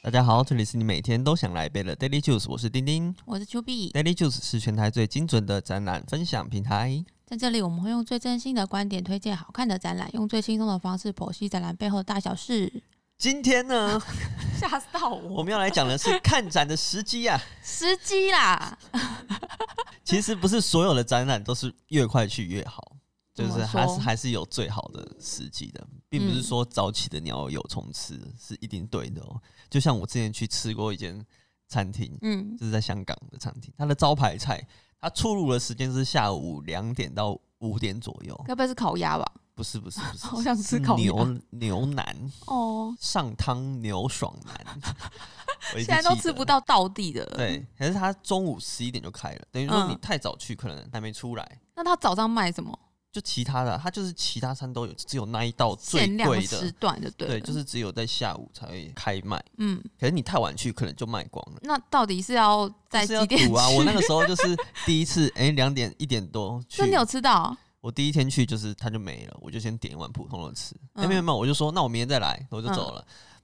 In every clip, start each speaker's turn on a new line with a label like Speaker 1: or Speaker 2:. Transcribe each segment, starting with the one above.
Speaker 1: 大家好，这里是你每天都想来一杯的 Daily Juice，我是丁丁。
Speaker 2: 我是丘比，
Speaker 1: Daily Juice 是全台最精准的展览分享平台。
Speaker 2: 在这里我们会用最真心的观点推荐好看的展览，用最轻松的方式剖析展览背后的大 小事。
Speaker 1: 今天呢，
Speaker 2: 吓到
Speaker 1: 我
Speaker 2: 我！
Speaker 1: 们要来讲的是看展的时机啊。
Speaker 2: 时机啦，
Speaker 1: 其实不是所有的展览都是越快去越好，就
Speaker 2: 怎
Speaker 1: 是
Speaker 2: 么
Speaker 1: 还是
Speaker 2: 说
Speaker 1: 还是有最好的时机的，并不是说早起的鸟有虫吃
Speaker 2: 嗯
Speaker 1: 是一定对的哦。就像我之前去吃过一间餐厅，
Speaker 2: 嗯，
Speaker 1: 这是在香港的餐厅，它的招牌菜，它出炉的时间是下午两点到五点左右。
Speaker 2: 该不会是烤鸭吧？
Speaker 1: 不是不是不是，
Speaker 2: 好想吃
Speaker 1: 是
Speaker 2: 烤鸭
Speaker 1: 牛牛腩
Speaker 2: 哦，
Speaker 1: 上汤牛爽 腩，我一直
Speaker 2: 现在都
Speaker 1: 记
Speaker 2: 吃
Speaker 1: 得
Speaker 2: 不到道地的。，
Speaker 1: 对，可是它中午十一点就开了，等于说
Speaker 2: 嗯
Speaker 1: 你太早去可能还没出来，
Speaker 2: 那他早上卖什么？
Speaker 1: 就其他的，它就是其他餐都有，只有那一道最
Speaker 2: 限量的
Speaker 1: 贵
Speaker 2: 时
Speaker 1: 的，
Speaker 2: 段就对了。
Speaker 1: 对，就是只有在下午才会开卖。
Speaker 2: 嗯，
Speaker 1: 可是你太晚去，可能就卖光了。
Speaker 2: 那到底是要在
Speaker 1: 就是要
Speaker 2: 几点去？
Speaker 1: 赌啊！我那个时候就是第一次，哎、两点一点 多去
Speaker 2: 那，你有吃到？
Speaker 1: 我第一天去就是它就没了，我就先点一碗普通的吃。哎、
Speaker 2: 嗯
Speaker 1: 没有没有，我就说那我明天再来，我就
Speaker 2: 嗯
Speaker 1: 走了。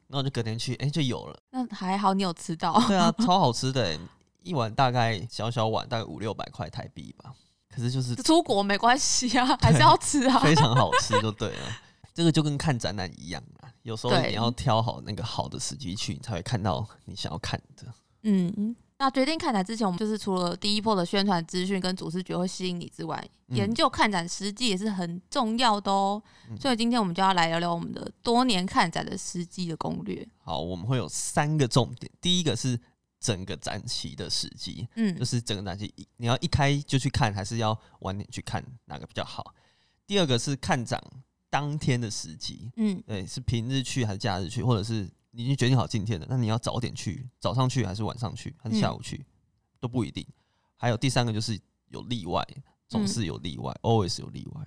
Speaker 1: 然后就隔天去，哎、就有了。
Speaker 2: 那还好你有吃到。
Speaker 1: 对啊，超好吃的、诶一碗大概小小碗大概五六百块台币吧，可是就是
Speaker 2: 出国没关系啊，还是要吃啊。
Speaker 1: 非常好吃就对了。这个就跟看展览一样啊，有时候
Speaker 2: 对
Speaker 1: 你要挑好那个好的时机去，你才会看到你想要看的。
Speaker 2: 嗯，那决定看展之前，我们就是除了第一波的宣传资讯跟主视觉会吸引你之外，
Speaker 1: 嗯
Speaker 2: 研究看展实际也是很重要的哦。
Speaker 1: 嗯
Speaker 2: 所以今天我们就要来聊聊我们的多年看展的实际的攻略。
Speaker 1: 好，我们会有三个重点，第一个是整个展期的时机，
Speaker 2: 嗯
Speaker 1: 就是整个展期一你要一开就去看，还是要晚点去看，哪个比较好？第二个是看展当天的时机，
Speaker 2: 嗯，
Speaker 1: 对，哎是平日去还是假日去，或者是你已经决定好今天的，那你要早点去，早上去还是晚上去，还是
Speaker 2: 嗯
Speaker 1: 下午去，都不一定。还有第三个就是有例外，总
Speaker 2: 嗯
Speaker 1: 是有例外、a l w a y s 有例外。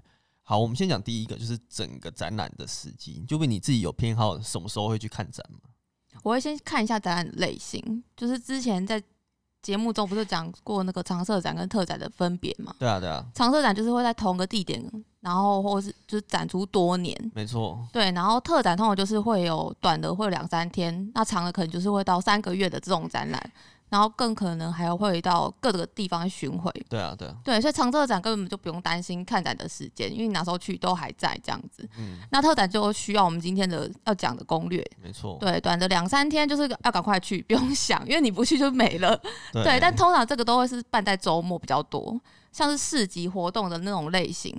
Speaker 1: 好，我们先讲第一个，就是整个展览的时机，就问你自己有偏好，什么时候会去看展吗？
Speaker 2: 我会先看一下展览类型，就是之前在节目中不是讲过那个常设展跟特展的分别嘛？
Speaker 1: 对啊，对啊，
Speaker 2: 常设展就是会在同个地点，然后或是就是展出多年，
Speaker 1: 没错，
Speaker 2: 对，然后特展通常就是会有短的会有两三天，那长的可能就是会到三个月的这种展览，然后更可能还会到各个地方去巡回。
Speaker 1: 对啊，对啊，
Speaker 2: 对，所以长特展根本就不用担心看展的时间，因为你哪时候去都还在这样子。
Speaker 1: 嗯，
Speaker 2: 那特展就需要我们今天的要讲的攻略，
Speaker 1: 没错，
Speaker 2: 对，短的两三天就是要赶快去，不用 想，因为你不去就没了。
Speaker 1: 对
Speaker 2: 对，但通常这个都会是办在周末比较多，像是市集活动的那种类型，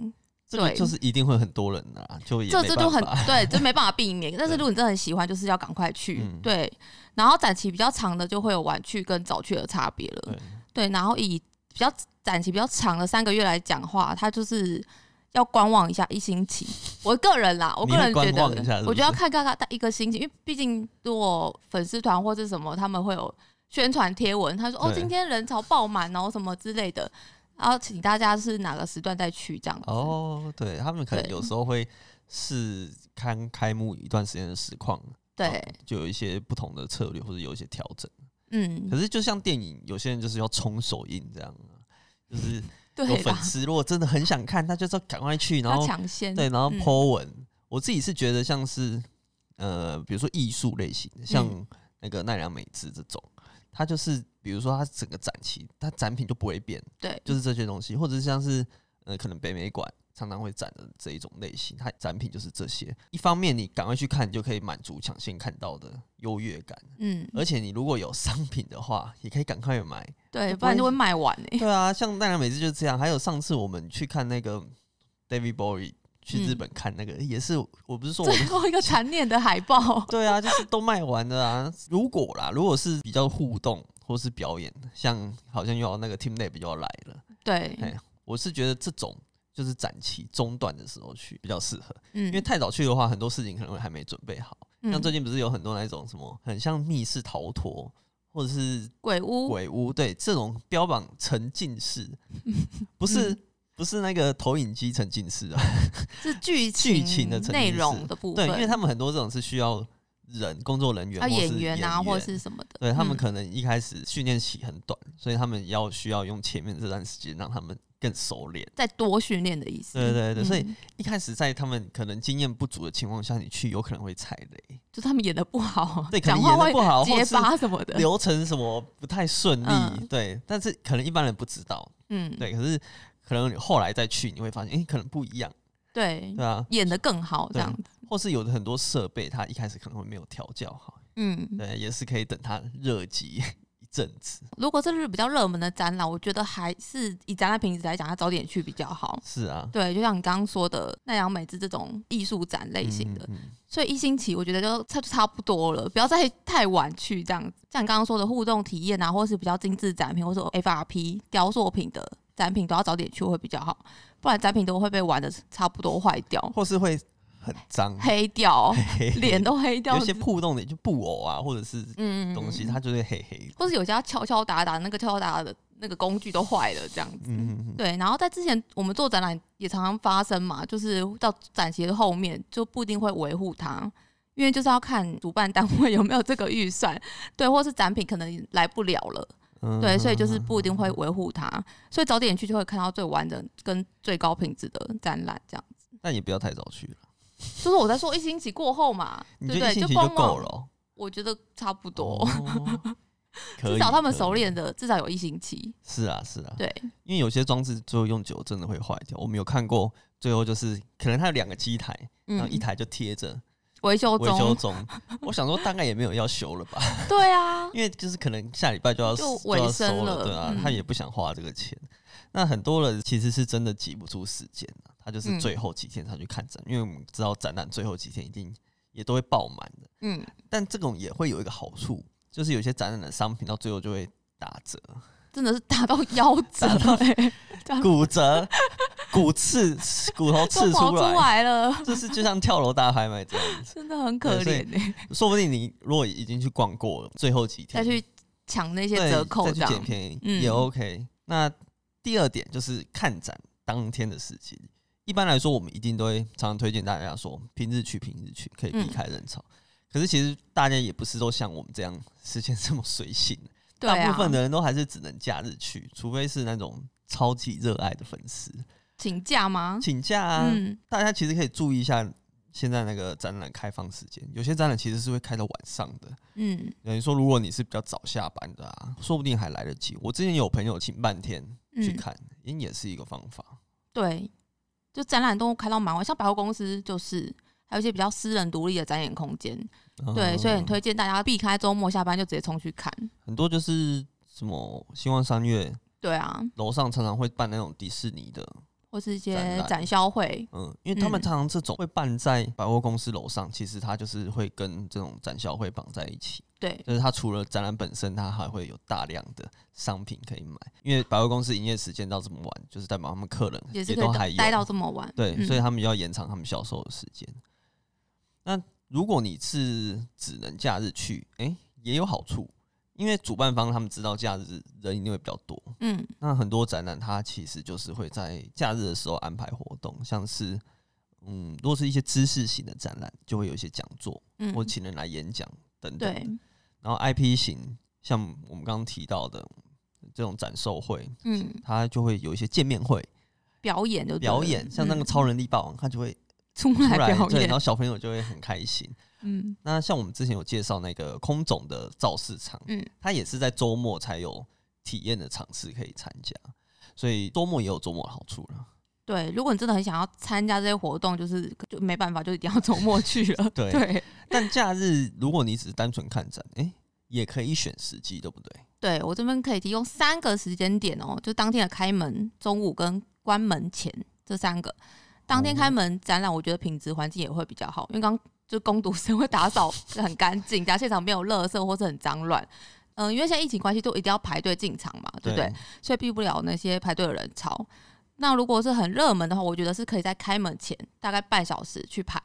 Speaker 1: 这个
Speaker 2: 对
Speaker 1: 就是一定会很多人的、啊，就也
Speaker 2: 这
Speaker 1: 没
Speaker 2: 这
Speaker 1: 办
Speaker 2: 就很
Speaker 1: 法
Speaker 2: 对，这没办法避免。但是
Speaker 1: 对
Speaker 2: 如果你真的很喜欢，就是要赶快去。
Speaker 1: 嗯
Speaker 2: 对，然后展期比较长的就会有晚去跟早去的差别了。
Speaker 1: 对
Speaker 2: 对，然后以比较展期比较长的三个月来讲话，它就是要观望一下一星期。我个人啦，我
Speaker 1: 你
Speaker 2: 个
Speaker 1: 会
Speaker 2: 人觉
Speaker 1: 观望一下
Speaker 2: 得
Speaker 1: 是，不
Speaker 2: 我觉得要
Speaker 1: 是
Speaker 2: 看看看一个星期，因为毕竟如果粉丝团或是什么，他们会有宣传贴文，他说哦，
Speaker 1: 对
Speaker 2: 今天人潮爆满哦，什么之类的。然后请大家是哪个时段再去这样子。
Speaker 1: 哦，对他们可能
Speaker 2: 对
Speaker 1: 有时候会试看开幕一段时间的实况，然后
Speaker 2: 对，
Speaker 1: 就有一些不同的策略或者有一些调整。
Speaker 2: 嗯
Speaker 1: 可，是就像电影，有些人就是要冲首映这样啊， 就是有
Speaker 2: 对
Speaker 1: 粉
Speaker 2: 啦，
Speaker 1: 丝如果真的很想看，他就是要赶快去，然
Speaker 2: 要
Speaker 1: 后
Speaker 2: 抢先。
Speaker 1: 对，然后
Speaker 2: 嗯
Speaker 1: Po 文。我自己是觉得像是呃，比如说艺术类型的，像
Speaker 2: 嗯
Speaker 1: 那个奈良美智这种，它就是比如说它整个展期，它展品就不会变，
Speaker 2: 对，
Speaker 1: 就是这些东西，或者是像是呃，可能北美馆常常会展的这一种类型，它展品就是这些。一方面你赶快去看，你就可以满足抢先看到的优越感，
Speaker 2: 嗯，
Speaker 1: 而且你如果有商品的话，也可以赶快买。
Speaker 2: 对，
Speaker 1: 不
Speaker 2: 不然就
Speaker 1: 会
Speaker 2: 会卖完欸诶、
Speaker 1: 对啊，像奈良美智就是这样。还有上次我们去看那个 David Bowie 去日本看那个，也是我不是说我
Speaker 2: 最
Speaker 1: 们。
Speaker 2: 后一个残念的海报，
Speaker 1: 对啊，就是都卖完了啊。如果啦，如果是比较互动或是表演，像好像又要那个 Team Lab 又要来了，
Speaker 2: 对，
Speaker 1: 哎我是觉得这种就是展期中断的时候去比较适合，
Speaker 2: 嗯，
Speaker 1: 因为太早去的话，很多事情可能会还没准备好。像
Speaker 2: 嗯
Speaker 1: 最近不是有很多那一种什么很像密室逃脱或者是
Speaker 2: 鬼屋，
Speaker 1: 鬼屋，对这种标榜沉浸 式，不是
Speaker 2: 嗯
Speaker 1: 不是那个投影机沉浸式啊，
Speaker 2: 是剧
Speaker 1: 剧情的
Speaker 2: 情
Speaker 1: 层
Speaker 2: 内
Speaker 1: 次
Speaker 2: 容的部
Speaker 1: 对
Speaker 2: 分，，
Speaker 1: 因为他们很多这种是需要人工作人员
Speaker 2: 啊
Speaker 1: 或是
Speaker 2: 演员啊，或
Speaker 1: 员
Speaker 2: 是什么的，
Speaker 1: 对他们
Speaker 2: 嗯
Speaker 1: 可能一开始训练期很短，所以他们要需要用前面这段时间让他们更熟练。
Speaker 2: 再多训练的意思。
Speaker 1: 对对对，所以
Speaker 2: 嗯
Speaker 1: 一开始在他们可能经验不足的情况下，你去有可能会踩雷，
Speaker 2: 就他们演的不好
Speaker 1: 对，，可
Speaker 2: 讲
Speaker 1: 能演的
Speaker 2: 话会
Speaker 1: 不好，或
Speaker 2: 结
Speaker 1: 是
Speaker 2: 巴什么的，
Speaker 1: 流程什么不太顺利，
Speaker 2: 嗯
Speaker 1: 对。但是可能一般人不知道，
Speaker 2: 嗯，
Speaker 1: 对。可是可能你后来再去，你会发现，诶，可能不一样，
Speaker 2: 对
Speaker 1: 对，啊。
Speaker 2: 演的更好这
Speaker 1: 对
Speaker 2: 样子，
Speaker 1: 或是有的很多设备，它一开始可能会没有调教好，
Speaker 2: 嗯。
Speaker 1: 对，也是可以等它热机一阵子。
Speaker 2: 如果这是比较热门的展览，我觉得还是以展览品质来讲，它早点去比较好。
Speaker 1: 是啊，
Speaker 2: 对，就像你刚刚说的奈良美智这种艺术展类型的，
Speaker 1: 嗯嗯嗯
Speaker 2: 所以一星期我觉得就差就差不多了，不要再太晚去这样子。像你刚刚说的互动体验啊，或是比较精致展品，或是 FRP 雕塑品的展品，都要早点去会比较好，不然展品都会被玩的差不多坏掉、
Speaker 1: 或是会很脏，
Speaker 2: 黑掉，
Speaker 1: 嘿嘿
Speaker 2: 脸都黑掉
Speaker 1: 有一。些互动的就布偶啊，或者是
Speaker 2: 嗯，
Speaker 1: 东西，它就会嘿嘿。
Speaker 2: 或是有家敲敲打打，那个敲敲打打的那个工具都坏了这样子。
Speaker 1: 嗯，
Speaker 2: 对，然后在之前我们做展览也常常发生嘛，就是到展期的后面就不一定会维护它，因为就是要看主办单位 有没有这个预算，对，或是展品可能来不了了，
Speaker 1: 嗯
Speaker 2: 对，所以就是不一定会维护它，所以早点去就会看到最完整跟最高品质的展览，这样。
Speaker 1: 但也不要太早去了，
Speaker 2: 就是我在说一星期过后嘛，
Speaker 1: 你
Speaker 2: 对不
Speaker 1: 觉得
Speaker 2: 对？
Speaker 1: 一星期
Speaker 2: 逛
Speaker 1: 就
Speaker 2: 逛
Speaker 1: 够了，哦。
Speaker 2: 我觉得差不多，
Speaker 1: 哦可以
Speaker 2: 至少他们
Speaker 1: 可以
Speaker 2: 熟练的至少有一星期，
Speaker 1: 是啊，是啊，
Speaker 2: 对，
Speaker 1: 因为有些装置最后用久真的会坏掉。我们有看过，最后就是可能它有两个机台，然后
Speaker 2: 嗯
Speaker 1: 一，台就贴着
Speaker 2: 维修
Speaker 1: 维修
Speaker 2: 中，
Speaker 1: 中。我想说大概也没有要修了 吧，
Speaker 2: 对啊，
Speaker 1: 因为就是可能下礼拜就要
Speaker 2: 就
Speaker 1: 就要
Speaker 2: 尾声
Speaker 1: 收
Speaker 2: 了
Speaker 1: 对啊，
Speaker 2: 嗯
Speaker 1: 他也不想花这个钱。那很多人其实是真的挤不出时间啊他就
Speaker 2: 嗯
Speaker 1: 是最后几天才去看展，因为我们知道展览最后几天一定也都会爆满的。
Speaker 2: 嗯，
Speaker 1: 但这种也会有一个好处，就是有些展览的商品到最后就会打 折、
Speaker 2: 真的是打到夭折、 欸，
Speaker 1: 骨折、骨刺、骨头
Speaker 2: 都
Speaker 1: 刺
Speaker 2: 跑
Speaker 1: 出
Speaker 2: 出
Speaker 1: 来，
Speaker 2: 来了，
Speaker 1: 就是就像跳楼大拍卖这样子。
Speaker 2: 真的很可
Speaker 1: 对
Speaker 2: 怜哎、
Speaker 1: 说不定你如果已经去逛过了，最后几天
Speaker 2: 再去抢那些
Speaker 1: 对
Speaker 2: 折扣
Speaker 1: 再
Speaker 2: 这
Speaker 1: 去捡
Speaker 2: 样，
Speaker 1: 便宜、
Speaker 2: 嗯
Speaker 1: 也 OK。那第二点就是看展当天的时机。一般来说，我们一定都会常常推荐大家说，平日去，平日去，可以避
Speaker 2: 嗯
Speaker 1: 开人潮。可是其实大家也不是都像我们这样时间这么随性，
Speaker 2: 对啊，
Speaker 1: 大部分的人都还是只能假日去，除非是那种超级热爱的粉丝
Speaker 2: 请假吗？
Speaker 1: 请假啊。
Speaker 2: 嗯，
Speaker 1: 大家其实可以注意一下现在那个展览开放时间，有些展览其实是会开到晚上的。
Speaker 2: 嗯
Speaker 1: 等于说，如果你是比较早下班的啊，说不定还来得及。我之前有朋友请半天去
Speaker 2: 嗯，
Speaker 1: 看，因、也是一个方法。
Speaker 2: 对，就展览都开到蛮晚，像百货公司就是。还有一些比较私人独立的展演空间，对，所以很
Speaker 1: 嗯
Speaker 2: 推荐大家避开周末下班就直接冲去看。
Speaker 1: 很多就是什么希望三月
Speaker 2: 对啊，
Speaker 1: 楼上常常会办那种迪士尼的，
Speaker 2: 或是一些
Speaker 1: 展览
Speaker 2: 展销会，
Speaker 1: 嗯，因为他们
Speaker 2: 嗯
Speaker 1: 常常这种会办在百货公司楼上，其实它就是会跟这种展销会绑在一起。
Speaker 2: 对，
Speaker 1: 就是它除了展览本身，它还会有大量的商品可以买，因为百货公司营业时间到这么晚，就是代表他们客人
Speaker 2: 也是可
Speaker 1: 都还
Speaker 2: 以
Speaker 1: 有，
Speaker 2: 待到这么晚。
Speaker 1: 对，
Speaker 2: 嗯
Speaker 1: 所以他们要延长他们销售的时间。那如果你是只能假日去，诶，也有好处，因为主办方他们知道假日人一定会比较多，
Speaker 2: 嗯，
Speaker 1: 那很多展览它其实就是会在假日的时候安排活动，像是。嗯，如果是一些知识型的展览，就会有一些讲座，
Speaker 2: 嗯
Speaker 1: 或请人来演讲等等的
Speaker 2: 对，
Speaker 1: 然后 IP 型，像我们刚刚提到的这种展售会，
Speaker 2: 嗯，
Speaker 1: 它就会有一些见面会、
Speaker 2: 表演就对
Speaker 1: 表
Speaker 2: 了
Speaker 1: 演，像那个
Speaker 2: 嗯
Speaker 1: 超能力霸王，它就会
Speaker 2: 出
Speaker 1: 出
Speaker 2: 来
Speaker 1: 来，
Speaker 2: 表
Speaker 1: 对，然后
Speaker 2: 演，
Speaker 1: 小朋友就会很开心。
Speaker 2: 嗯，
Speaker 1: 那像我们之前有介绍那个空总的造市场，
Speaker 2: 嗯
Speaker 1: 它也是在周末才有体验的场次可以参加，所以周末也有周末的好处了。
Speaker 2: 对，如果你真的很想要参加这些活动，就是就没办法，就一定要周末去了。
Speaker 1: 对
Speaker 2: 对
Speaker 1: 但假日如果你只是单纯看展，诶，也可以选时机，对不对？
Speaker 2: 对我这边可以提供三个时间点哦，就当天的开门、中午跟关门前这三个。当天开门展览，我觉得品质环境也会比较好，因为刚就工读生会打扫很干净，加现场没有垃圾或是很脏乱。嗯，因为现在疫情关系，都一定要排队进场嘛，对不对？所以避不了那些排队的人潮。那如果是很热门的话，我觉得是可以在开门前大概半小时去排。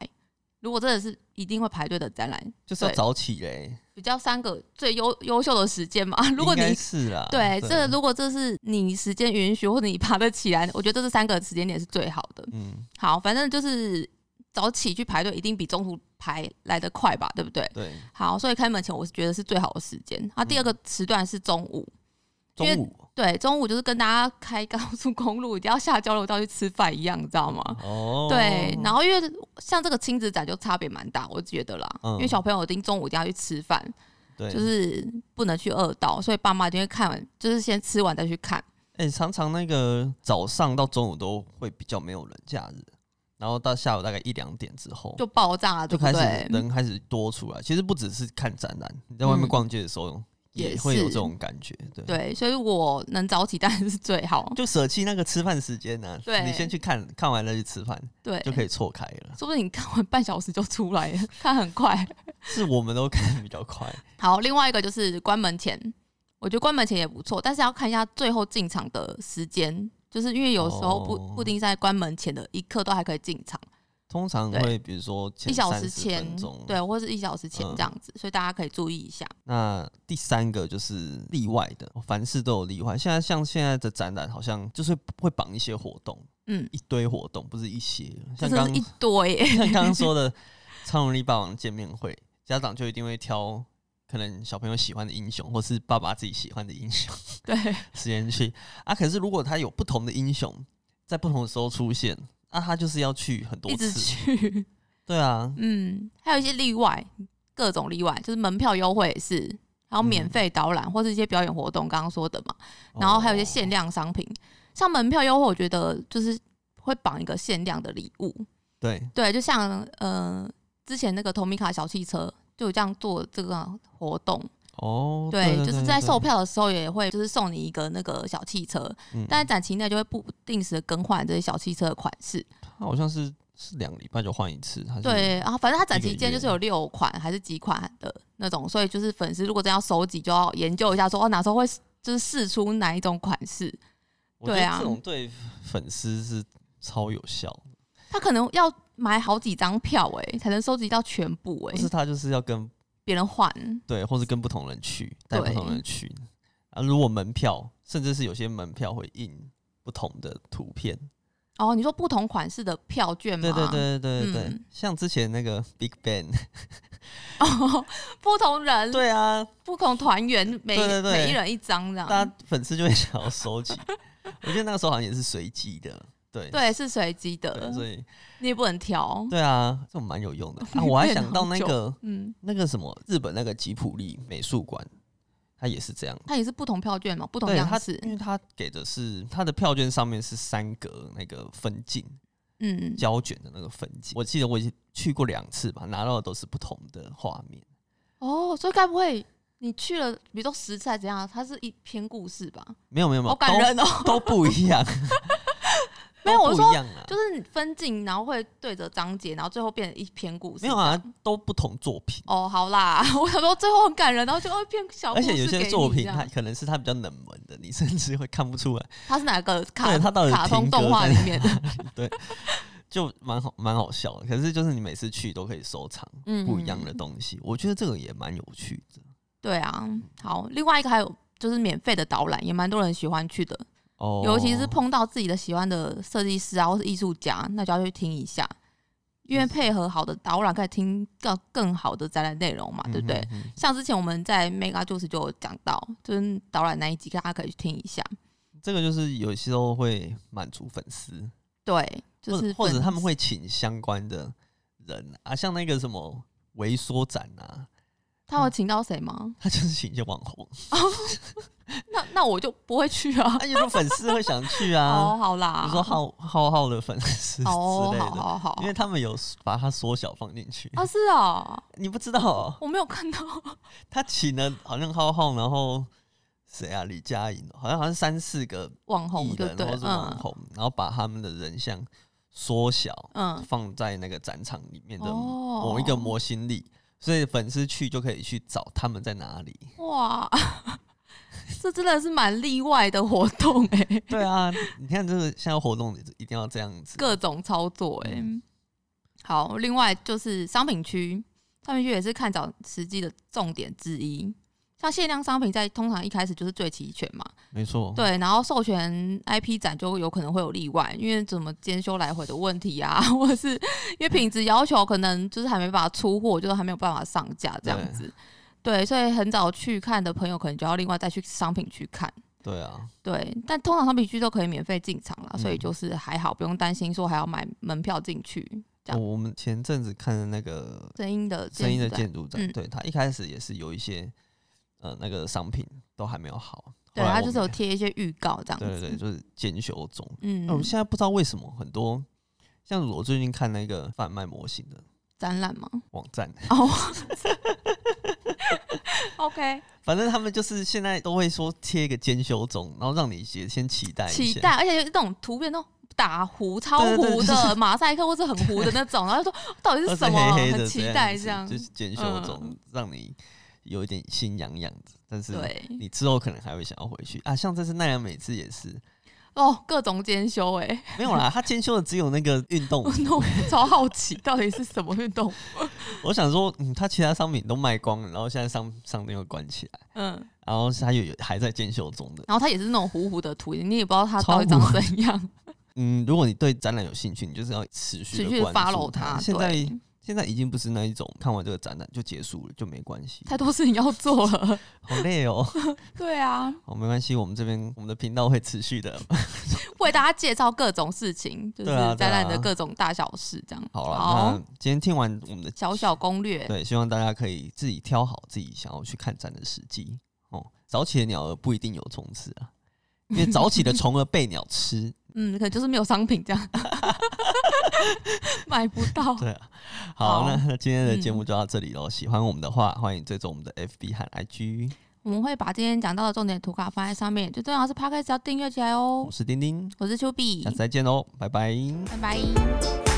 Speaker 2: 如果真的是一定会排队的展览，
Speaker 1: 就是要
Speaker 2: 对
Speaker 1: 早起嘞。
Speaker 2: 比较三个最优优秀的时间嘛。 如果
Speaker 1: 应
Speaker 2: 你
Speaker 1: 该是啦，
Speaker 2: 对这，如果这是你 时间允许或者你爬得起来，我觉得这是三个时间点是最好的。
Speaker 1: 嗯，
Speaker 2: 好，反正就是早起去排队一定比中途排来得快吧，对不对？
Speaker 1: 对，
Speaker 2: 好，所以开门前我是觉得是最好的时间。啊，
Speaker 1: 嗯
Speaker 2: 第二个时段是中午，因为
Speaker 1: 中午
Speaker 2: 对，中午就是跟大家开高速公路，一定要下交流道去吃饭一样，你知道吗？
Speaker 1: 哦，
Speaker 2: 对，然后因为像这个亲子展就差别蛮大，我觉得啦，
Speaker 1: 嗯
Speaker 2: 因为小朋友一定中午一定要去吃饭，
Speaker 1: 对，
Speaker 2: 就是不能去饿到，所以爸妈一定会看完，就是先吃完再去看。
Speaker 1: 哎、常常那个早上到中午都会比较没有人，假日，然后到下午大概一两点之后，
Speaker 2: 就爆炸了，
Speaker 1: 就
Speaker 2: 对不
Speaker 1: 开始
Speaker 2: 对？
Speaker 1: 人开始多出来。其实不只是看展览，你在外面
Speaker 2: 嗯
Speaker 1: 逛街的时候、也
Speaker 2: 也
Speaker 1: 会有
Speaker 2: 是
Speaker 1: 这种感觉，对。
Speaker 2: 对，所以我能早起当然是最好。
Speaker 1: 就舍弃那个吃饭时间呢、
Speaker 2: 对
Speaker 1: 你先去看看完再去吃饭，
Speaker 2: 对，
Speaker 1: 就可以错开了。
Speaker 2: 说不定你看完半小时就出来了，看很快。
Speaker 1: 是我们都看得比较快，
Speaker 2: 好，另外一个就是关门前，我觉得关门前也不错，但是要看一下最后进场的时间，就是因为有时候不、
Speaker 1: 哦
Speaker 2: 不一定在关门前的一刻都还可以进场，
Speaker 1: 通常
Speaker 2: 对
Speaker 1: 会比如说前
Speaker 2: 一小
Speaker 1: 30
Speaker 2: 时前
Speaker 1: 分钟，
Speaker 2: 对，或者一小时前
Speaker 1: 嗯
Speaker 2: 这样子，所以大家可以注意一下。
Speaker 1: 那第三个就是例外的，凡事都有例外。现在像现在的展览，好像就是会绑一些活动，
Speaker 2: 嗯，
Speaker 1: 一堆活动，不是一些。像
Speaker 2: 这是
Speaker 1: 刚
Speaker 2: 一堆 耶、
Speaker 1: 像刚刚说的超能力霸王见面会，家长就一定会挑可能小朋友喜欢的英雄，或是爸爸自己喜欢的英雄
Speaker 2: 对，
Speaker 1: 时间去啊。可是如果他有不同的英雄在不同的时候出现，那、他就是要去很多
Speaker 2: 一直
Speaker 1: 次。
Speaker 2: 去。
Speaker 1: 对啊，
Speaker 2: 嗯，还有一些例外，各种例外，就是门票优惠也是，还有免费导
Speaker 1: 嗯
Speaker 2: 览、或是一些表演活动，刚刚说的嘛。
Speaker 1: 哦
Speaker 2: 然后还有一些限
Speaker 1: 量，
Speaker 2: 量商品，像门票优惠，我觉得就是会绑一个限量的礼物。
Speaker 1: 对，
Speaker 2: 对，就像呃之前那个投米卡小汽车就有这样做这个活动，
Speaker 1: 哦，
Speaker 2: 对，
Speaker 1: 对
Speaker 2: 就是在售，
Speaker 1: 对
Speaker 2: 票的时候也会就是送你一个那个小汽车，
Speaker 1: 嗯
Speaker 2: 但在展期内就会不定时的更换这些小汽车的款式。
Speaker 1: 他好像是是两个礼拜就换一次，还是
Speaker 2: 对，然后反正它展期
Speaker 1: 一
Speaker 2: 间
Speaker 1: 个月
Speaker 2: 就是有六款还是几款的那种，所以就是粉丝如果真要收集，就要研究一下说哦哪时候会就是试出哪一种款式。
Speaker 1: 我觉得
Speaker 2: 对啊
Speaker 1: 这种对粉丝是超有效的，
Speaker 2: 他可能要买好几张票哎、才能收集到全部哎、
Speaker 1: 不是他就是要跟
Speaker 2: 别人换，
Speaker 1: 对，或是跟不同人去，带不
Speaker 2: 对
Speaker 1: 同人去啊。如果门票，甚至是有些门票会印不同的图片，
Speaker 2: 哦，你说不同款式的票券吗？
Speaker 1: 对对对对对对，
Speaker 2: 啊嗯
Speaker 1: 像之前那个 Big Bang，
Speaker 2: 哦， 不同 人、
Speaker 1: 对啊，
Speaker 2: 不同团员，每
Speaker 1: 对对对
Speaker 2: 每一人一张这
Speaker 1: 大
Speaker 2: 样
Speaker 1: 家。粉丝就会想要收集。 我觉得那个时候好像也是随机的，对
Speaker 2: 对，是随机的
Speaker 1: 对，，所以
Speaker 2: 你也不能挑。
Speaker 1: 对啊，这种蛮有用的啊。我还
Speaker 2: 变
Speaker 1: 想到
Speaker 2: 好
Speaker 1: 那
Speaker 2: 久
Speaker 1: 个
Speaker 2: 嗯，
Speaker 1: 那个什么日本那个吉普力美术馆，它也是这样。
Speaker 2: 它也是不同票券嘛，不同
Speaker 1: 对
Speaker 2: 样
Speaker 1: 它
Speaker 2: 式，。
Speaker 1: 因为它给的是它的票券上面是三格那个分镜，
Speaker 2: 嗯，
Speaker 1: 胶卷的那个分镜。我记得我已经去过两次吧，拿到的都是不同的画面。
Speaker 2: 哦，所以该不会你去了，比如说十次还怎样？它是一篇故事吧？
Speaker 1: 没有没有没有，
Speaker 2: 好感人哦。
Speaker 1: 都都不一样。
Speaker 2: 没有
Speaker 1: 都
Speaker 2: 我
Speaker 1: 不
Speaker 2: 说
Speaker 1: 一样啊，
Speaker 2: 就是你分镜，然后会对着章节，然后最后变成一篇故事。
Speaker 1: 没有啊，都不同作品，
Speaker 2: 哦，好啦， 我想说最后很感人，然后就哦变小故
Speaker 1: 而
Speaker 2: 事
Speaker 1: 且
Speaker 2: 给
Speaker 1: 有
Speaker 2: 你这
Speaker 1: 些
Speaker 2: 样。
Speaker 1: 作品它可能是它比较冷门的，你甚至会看不出来，
Speaker 2: 它是哪个卡
Speaker 1: 对它到底
Speaker 2: 卡通
Speaker 1: 停格
Speaker 2: 动画
Speaker 1: 在
Speaker 2: 里面的？
Speaker 1: 就蛮好蛮好笑的。可是就是你每次去都可以收藏
Speaker 2: 嗯
Speaker 1: 不一样的东西，我觉得这个也蛮有趣的。
Speaker 2: 对啊，好，另外一个还有就是免费的导览，也蛮多人喜欢去的，
Speaker 1: 哦
Speaker 2: 尤其是碰到自己的喜欢的设计师啊，或是艺术家，那就要去听一下，
Speaker 1: 嗯
Speaker 2: 因为配合好的导览，可以听更更好的展览内容嘛，对不对？
Speaker 1: 嗯哼嗯
Speaker 2: 像之前我们在 Mega Juice 就有讲到，就是导览那一集，大家可以去听一下。
Speaker 1: 这个就是有时候会满足粉丝，
Speaker 2: 对，就
Speaker 1: 或者
Speaker 2: 是
Speaker 1: 或者
Speaker 2: 粉
Speaker 1: 他们会请相关的人啊，像那个什么微缩展啊，
Speaker 2: 他有请到谁吗？
Speaker 1: 他就是请一些网红，
Speaker 2: 那那我就不会去啊。
Speaker 1: 那、啊、有粉丝会想去
Speaker 2: 哦，
Speaker 1: 啊，
Speaker 2: 好啦，
Speaker 1: 比如说浩浩浩的粉丝之类的，
Speaker 2: 哦，好好好
Speaker 1: 因，为他们有把它缩小放进去。
Speaker 2: 啊是哦，
Speaker 1: 你不知道、哦，
Speaker 2: 我没有看到，
Speaker 1: 他请了好像浩浩，然后谁啊？李佳颖哦，好像好像三四个
Speaker 2: 网红
Speaker 1: 艺
Speaker 2: 对
Speaker 1: 人
Speaker 2: 不对
Speaker 1: 或？是网
Speaker 2: 嗯
Speaker 1: 红，然后把他们的人像缩小，
Speaker 2: 嗯，
Speaker 1: 放在那个展场里面的
Speaker 2: 哦
Speaker 1: 某一个模型里，所以粉丝去就可以去找他们在哪 里。
Speaker 2: 哇，这真的是蛮例外的活动哎、
Speaker 1: 对啊，你看这个现在活动一定要这样子。
Speaker 2: 各种操作哎、
Speaker 1: 嗯
Speaker 2: 好，另外就是商品区，商品区也是看展时机的重点之一。像限量商品在通常一开始就是最齐全嘛，
Speaker 1: 没错，
Speaker 2: 对，然后授权 IP 展就有可能会有例外，因为怎么兼修来回的问题啊， 或者是因为品质要求可能就是还没办法出货，就是还没有办法上架这样子。对，所以很早去看的朋友，可能就要另外再去商品区看。
Speaker 1: 对啊，
Speaker 2: 对，但通常商品区都可以免费进场啦，所以
Speaker 1: 嗯
Speaker 2: 就是还好，不用担心说还要买门票进去。这
Speaker 1: 我
Speaker 2: 样
Speaker 1: 我们前阵子看的那个
Speaker 2: 声音的
Speaker 1: 声音的
Speaker 2: 建
Speaker 1: 建筑展，
Speaker 2: 嗯
Speaker 1: 对它一开始也是有一些呃那个商品都还没有好，
Speaker 2: 对，
Speaker 1: 后来
Speaker 2: 它
Speaker 1: 我
Speaker 2: 就是有
Speaker 1: 们
Speaker 2: 贴一些预告这样子。
Speaker 1: 对对对，就是检修中。
Speaker 2: 嗯，
Speaker 1: 那我哦现在不知道为什么很多像我最近看那个贩卖模型的
Speaker 2: 展览嘛。
Speaker 1: 网站，
Speaker 2: 哦 ，OK，
Speaker 1: 反正他们就是现在都会说贴一个兼修中，然后让你先先期待一
Speaker 2: 期
Speaker 1: 下。
Speaker 2: 待，而且那种图片都打糊、超
Speaker 1: 对对
Speaker 2: 糊
Speaker 1: 就
Speaker 2: 的马赛克，或是很糊的那种，然后就说到底
Speaker 1: 都
Speaker 2: 是
Speaker 1: 是
Speaker 2: 什么，
Speaker 1: 黑黑
Speaker 2: 很
Speaker 1: 的
Speaker 2: 期待这样
Speaker 1: 样子，。就是检修
Speaker 2: 嗯
Speaker 1: 中，让你有一点心痒痒的，但是
Speaker 2: 对，
Speaker 1: 你之后可能还会想要回去啊。像这次奈良美智也是
Speaker 2: 哦，各种兼修哎、 欸，
Speaker 1: 没有啦，他兼修的只有那个运动
Speaker 2: 我都超好奇到底是什么运动。
Speaker 1: 我想说，嗯，他其他商品都卖光了，然后现在商商店又关起来，
Speaker 2: 嗯，
Speaker 1: 然后他又有还在兼修中的。
Speaker 2: 然后它也是那种糊糊的图，你也不知道它到底长
Speaker 1: 超糊
Speaker 2: 怎样，
Speaker 1: 嗯，如果你对展览有兴趣，你就是要持续
Speaker 2: 持
Speaker 1: 地
Speaker 2: 续
Speaker 1: 关注
Speaker 2: follow 它。
Speaker 1: 现在
Speaker 2: 对
Speaker 1: 现在已经不是那一种看完这个展览就结束了就没关系，
Speaker 2: 太多事情要做了。
Speaker 1: 好累哦。
Speaker 2: 对啊，
Speaker 1: 好，没关系，我们这边我们的频道会持续的。
Speaker 2: 为大家介绍各种事情，就是
Speaker 1: 对啊对
Speaker 2: 展览的
Speaker 1: 啊
Speaker 2: 各种大小事这样。
Speaker 1: 好了，那今天听完我们的
Speaker 2: 小小攻略，
Speaker 1: 对，希望大家可以自己挑好自己想要去看展的时机哦。早起的鸟儿不一定有虫吃啊，因为早起的虫儿被鸟 吃。
Speaker 2: 嗯，可能就是没有商品这样， 买不到。
Speaker 1: 对啊，好，
Speaker 2: 好嗯
Speaker 1: 那那今天的节目就到这里喽。喜欢我们的话，欢迎追踪我们的 FB 和 IG。
Speaker 2: 我们会把今天讲到的重点图卡放在上面，最重要是 p o d c a s 要订阅起来哦
Speaker 1: 我。是丁丁，
Speaker 2: 我是丘比
Speaker 1: 下，次再见喽，拜拜。
Speaker 2: 拜拜。